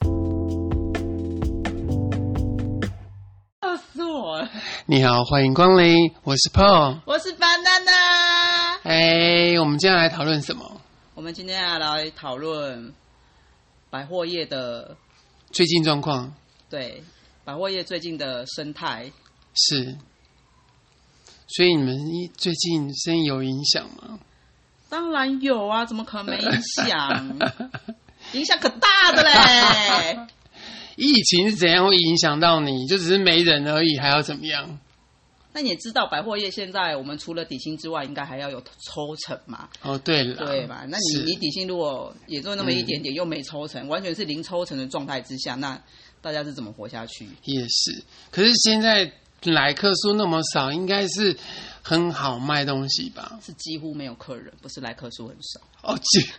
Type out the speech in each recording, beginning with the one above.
你好，欢迎光临，我是 Paul。我是 banana。哎，我们今天来讨论什么？我们今天要来讨论百货业的最近状况对百货业最近的生态。是，所以你们一最近生意有影响吗？当然有啊，怎么可能没影响？影响可大的嘞！ 疫情是怎样会影响到你？就只是没人而已，还要怎么样？那你也知道百货业现在我们除了底薪之外，应该还要有抽成嘛？哦，对了，对嘛？那是你你底薪如果也就那么一点点，又没抽成，完全是零抽成的状态之下，那大家是怎么活下去？也是，可是现在来客数那么少，应该是很好卖东西吧？是几乎没有客人，不是来客数很少。哦，去，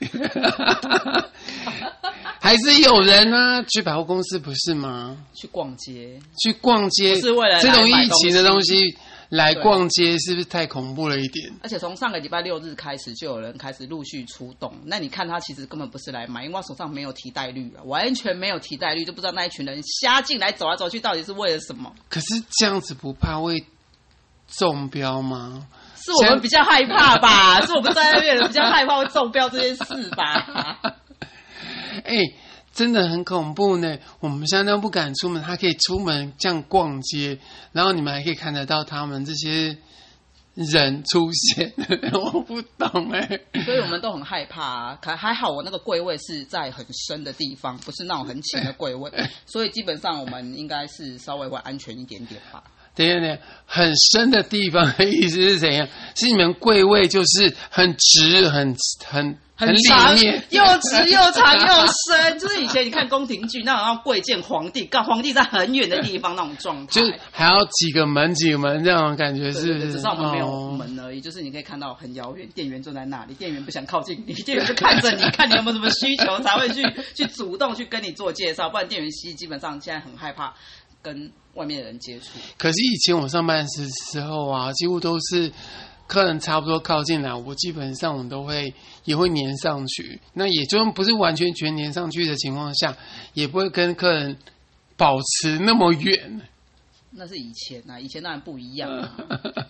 还是有人啊，去百货公司不是吗？去逛街，去逛街不是为了来这种买疫东情的西东西来逛街，是不是太恐怖了一点？而且从上个礼拜六日开始，就有人开始陆续出动。那你看他其实根本不是来买，因为他手上没有提袋率啊，完全没有提袋率，就不知道那一群人瞎进来走来走去到底是为了什么。可是这样子不怕会中标吗？是我们比较害怕吧？是我们在那边的人比较害怕会中标这件事吧？ 哎、真的很恐怖呢！我们现在都不敢出门，他可以出门这样逛街，然后你们还可以看得到他们这些人出现， 我不懂哎、所以我们都很害怕、啊。可还好我那个柜位是在很深的地方，不是那种很浅的柜位，所以基本上我们应该是稍微会安全一点点吧。等一下，等一下，很深的地方的意思是怎样？是你们柜位就是很直、很很长里面，又直又长 又深，就是以前你看宫廷剧那种要贵见皇帝，告皇帝在很远的地方那种状态，就是还要几个门、几个门这样的感觉，对是对不对是？只是我们没有哦门而已，就是你可以看到很遥远，店员坐在那里，店员不想靠近你，店员就看 着你，看你有没有什么需求，才会去去主动去跟你做介绍，不然店员其实基本上现在很害怕跟外面的人接触。可是以前我上班的时时候啊，几乎都是客人差不多靠近来，我基本上我都会也会粘上去。那也就不是完全全粘上去的情况下，也不会跟客人保持那么远。那是以前啊，以前当然不一样 啊，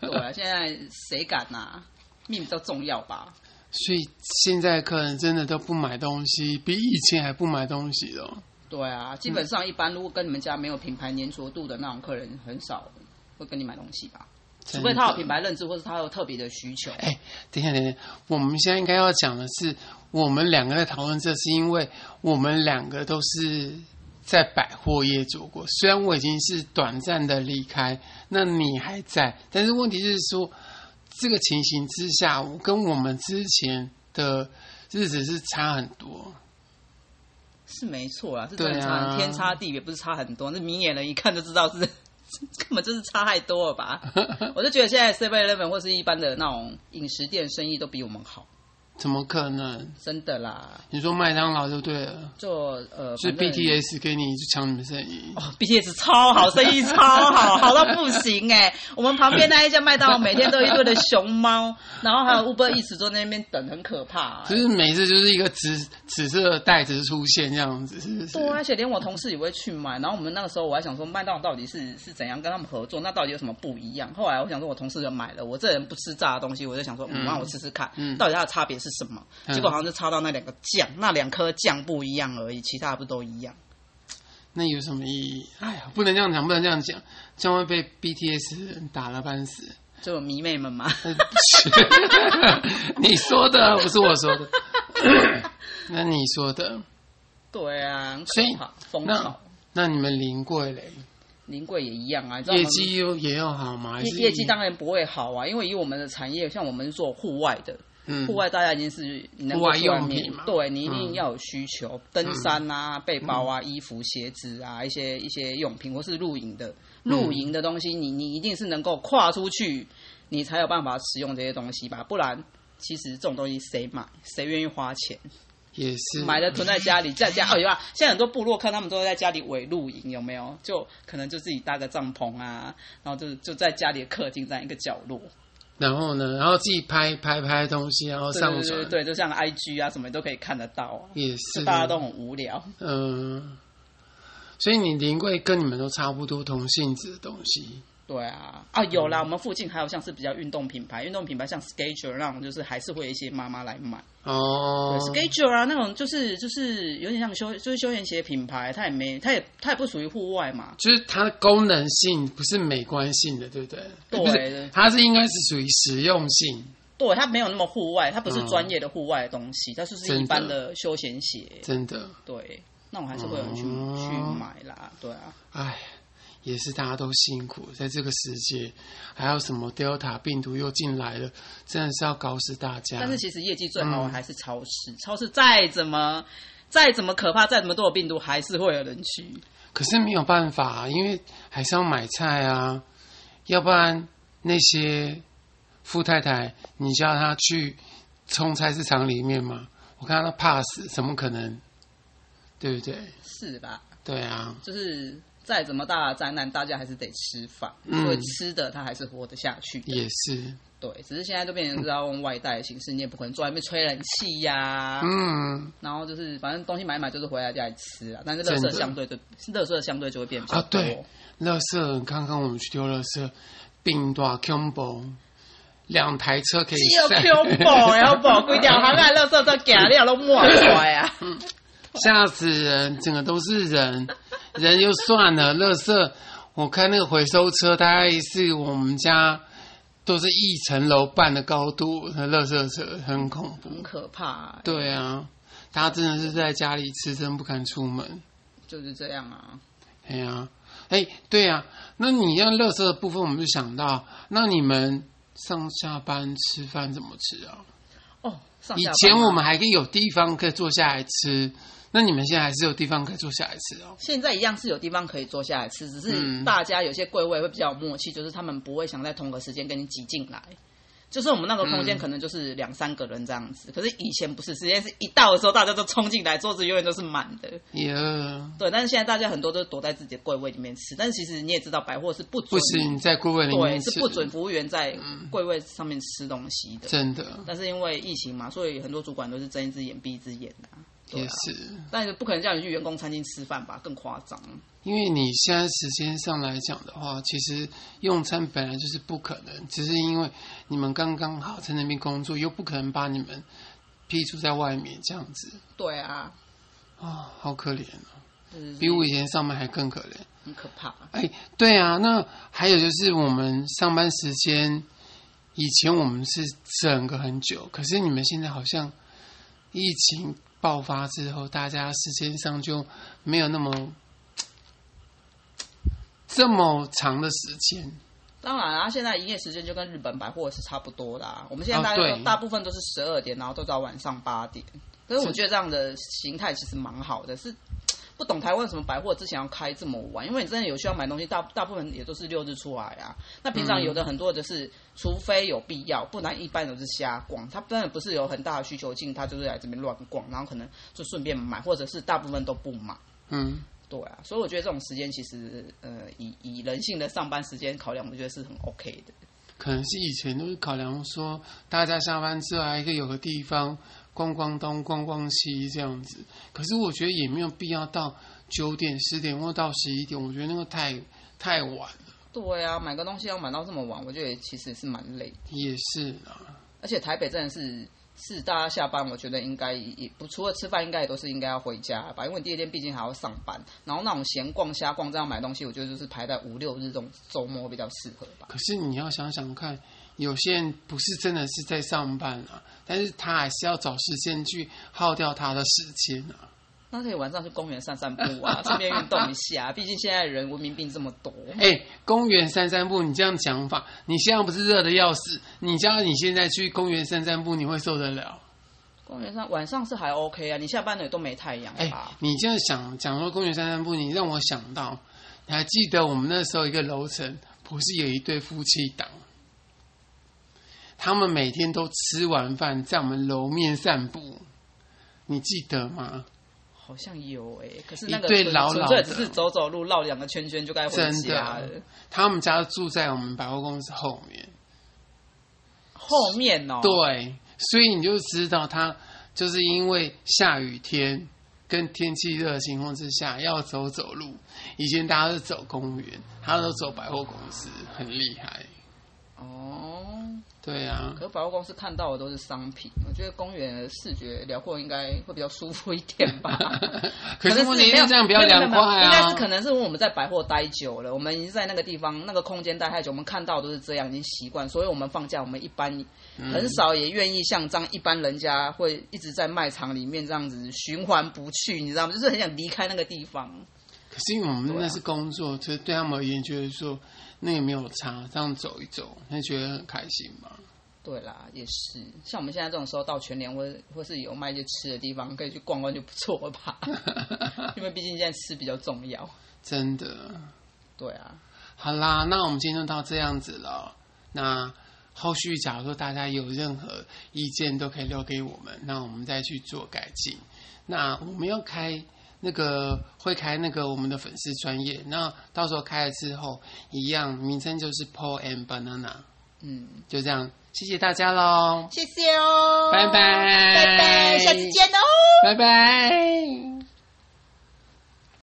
对啊，现在谁敢呐、啊？命比较重要吧。所以现在客人真的都不买东西，比以前还不买东西了。对啊，基本上一般如果跟你们家没有品牌粘着度的那种客人，很少会跟你买东西吧，除真的非他有品牌认知或者他有特别的需求。哎，等一下，等一下，我们现在应该要讲的是，我们两个在讨论这，是因为我们两个都是在百货业做过。虽然我已经是短暂的离开，那你还在，但是问题是说，这个情形之下，我跟我们之前的日子是差很多。 是没错啦，是真对的啊差、天差地别，不是差很多，那明眼人一看就知道是 根本就是差太多了 吧。我就觉得现在 Seven Eleven 或是一般的那种饮食店生意都比我们好，怎么可能？真的啦。你说麦当劳就对了，就呃，就是反正 BTS 给你去抢你们生意。哦，BTS 超好，生意超好，好到不行哎、 我们旁边那一家麦当劳每天都有一堆的熊猫，然后还有 Uber 一直坐在那边等，很可怕、就是每次就是一个紫紫色的袋子出现这样子，是不是？对啊，而且连我同事也会去买。然后我们那个时候我还想说，麦当劳到底是是怎样跟他们合作，那到底有什么不一样？后来我想说，我同事就买了。我这人不吃炸的东西，我就想说，嗯，让我试试看，嗯到底它的差别是什么？嗯结果好像就差到那两个酱，那两颗酱不一样而已，其他不都一样？那有什么意义？哎呀，不能这样讲，不能这样讲，这样会被 BTS 人打了半死。 就有迷妹们嘛。呃不是你说的不是我说的， 那你说的，对啊，很可所以怕疯那炒那你们临柜嘞，临柜也一样啊，你知道我业们绩又也有好吗？还是业业绩当然不会好啊，因为以我们的产业，像我们是做户外的，嗯户外大家已经是你能够户外出来用面品嘛对你一嗯定要有需求，登山啊、背包啊、衣服、鞋子啊，一些一些用品，或是露营的嗯露营的东西，你你一定是能够跨出去，你才有办法使用这些东西吧，不然。其实这种东西谁买，谁愿意花钱也是买了囤在家里，在家哦有啊，现在很多部落客他们都在家里伪露营，有没有？就可能就自己搭个帐篷啊，然后就就在家里的客厅这样一个角落，然后呢，然后自己拍拍拍东西，然后对哦上传，对对对，就像 IG 啊什么都可以看得到啊。也就是大家都很无聊。呃嗯、所以你临柜跟你们都差不多同性质的东西，对啊，啊有嗯啦，我们附近还有像是比较运动品牌，运动品牌像 Skechers 那种，就是还是会有一些妈妈来买。哦， Skechers 啊那种，就是就是有点像休，就是休闲鞋品牌，它也没，它也它也不属于户外嘛。就是它的功能性不是美观性的，对不对？对不是，它是应该是属于实用性，对，它没有那么户外，它不是专业的户外的东西，它就是嗯真一的般的休闲鞋。真的。对，那我还是会有人去、哦去买啦。对啊，唉，也是大家都辛苦，在这个世界，还有什么 Delta 病毒又进来了，真的是要搞死大家。但是其实业绩最嗯好的还是超市，超市再怎么再怎么可怕，再怎么多有病毒，还是会有人去。可是没有办法、因为还是要买菜啊，要不然那些富太太，你叫她去冲菜市场里面嘛，我看她怕死，怎么可能？对不对？是吧？对啊，就是再怎么大的灾难，大家还是得吃饭，嗯所以吃的他还是活得下去的。也是，对，只是现在都变成是要用外带的形式，你也不可能坐在那边吹冷气呀、嗯然后就是反正东西买一买就是回来家里吃啊啦，但是垃真的圾相对就垃圾相对就会变比较啊多。对垃圾，刚刚我们去丢垃圾，并大 combo，两台车可以只有塞 Q 宝，然后宝规条行啊，垃圾都假了都冒出来啊！吓死人，整个都是人， 人就算了，垃圾，我看那个回收车大概是我们家都是一层楼半的高度，那垃圾车很恐 怖。很可怕、啊，对啊，大家真的是在家里吃，真不敢出门。就是这样啊。哎呀、哎，对呀、那你要垃圾的部分，我们就想到，那你们上下班吃饭怎么吃啊？哦，上以下班前啊我们还可以有地方可以坐下来吃，那你们现在还是有地方可以坐下来吃哦。现在一样是有地方可以坐下来吃，只嗯是大家有些柜位会比较有默契，就是他们不会想在同个时间跟你挤进来。就是我们那个空嗯间可能就是两三个人这样子，可是以前不是，时间是一到的时候大家都冲进来，桌子永远都是满的。耶、对，但是现在大家很多都躲在自己的柜位里面吃，但是其实你也知道，百货是不不准，行，在顾问里对，面吃嗯是不准服务员在柜位上面吃东西的。真的但是因为疫情嘛，所以很多主管都是睁一只眼闭一只眼的、啊。对也啊，是，但是不可能叫你去员工餐厅吃饭吧，更夸张。因为你现在时间上来讲的话，其实用餐本来就是不可能，只是因为你们刚刚好在那边工作，又不可能把你们剔除在外面这样子对啊，啊、好可怜哦，就是比我以前上班还更可怜。很可怕。哎，对啊，那还有就是我们上班时间，以前我们是整个很久，可是你们现在好像疫情爆发之后，大家时间上就没有那么这么长的时间。当然啊，现在营业时间就跟日本百货是差不多啦、我们现在啊大概都、对大部分都是十二点，然后都到晚上八点。可是我觉得这样的形态其实蛮好的，是不懂台湾什么百货之前要开这么晚，因为你真的有需要买东西，大大部分也都是六日出来啊。那平常有的很多就是，除非有必要，不然一般都是瞎逛。他真的不是有很大的需求性，他就是来这边乱逛，然后可能就顺便买，或者是大部分都不买。嗯，对啊，所以我觉得这种时间其实，呃，以以人性的上班时间考量，我觉得是很 OK 的。可能是以前都是考量说，大家下班之后还可以有个地方逛逛东、逛逛西这样子。可是我觉得也没有必要到九点、十点或到十一点，我觉得那个太太晚了。对啊，买个东西要买到这么晚，我觉得其实是蛮累的。也是啦，而且台北真的是是大家下班，我觉得应该也不除了吃饭，应该也都是应该要回家吧，因为你第二天毕竟还要上班。然后那种闲逛、瞎逛这样买东西，我觉得就是排在五六日这种周末比较适合吧。可是你要想想看，有些人不是真的是在上班啊，但是他还是要找时间去耗掉他的时间啊。那可以晚上去公园散散步啊，顺便运动一下。毕竟现在人文明病这么多，哎，公园散散步，你这样讲法，你现在不是热的要死？你叫你现在去公园散散步，你会受得了？公园上晚上是还 OK 啊，你下班了也都没太阳吧？哎、你这样想讲说公园散散步，你让我想到，你还记得我们那时候一个楼层不是有一对夫妻档，他们每天都吃完饭在我们楼面散步，你记得吗？好像有哎、可是那一个对纯老老纯粹的只是走走路绕两个圈圈就该回真的家啊了。他们家住在我们百货公司后面，后面哦，对，所以你就知道他就是因为下雨天，跟天气热的情况之下，要走走路。以前大家都走公园，他都走百货公司，很厉害。哦，对啊，。可是百货公司看到的都是商品，我觉得公园的视觉辽阔应该会比较舒服一点吧 可是能问是题没有是这样比较没有凉没有没有快啊应该是可能是我们在百货待久了，我们已经在那个地方那个空间待太久，我们看到都是这样，已经习惯，所以我们放假我们一般嗯很少也愿意像这样一般人家会一直在卖场里面这样子循环不去，你知道吗？就是很想离开那个地方。可是因为我们那是工作，所以对他们而言，觉得说那也没有差，这样走一走，那觉得很开心嘛。对啦，也是。像我们现在这种时候到全联或或是有卖一些吃的地方，可以去逛逛就不错了 吧？因为毕竟现在吃比较重要。真的，对啊，好啦，那我们今天就到这样子了。那后续假如说大家有任何意见，都可以留给我们，那我们再去做改进。那我们要开那个会开那个我们的粉丝专业，那到时候开了之后，一样名称就是 Paul and Banana，嗯，就这样。谢谢大家喽，谢谢哦，拜拜拜拜，下次见哦。拜拜。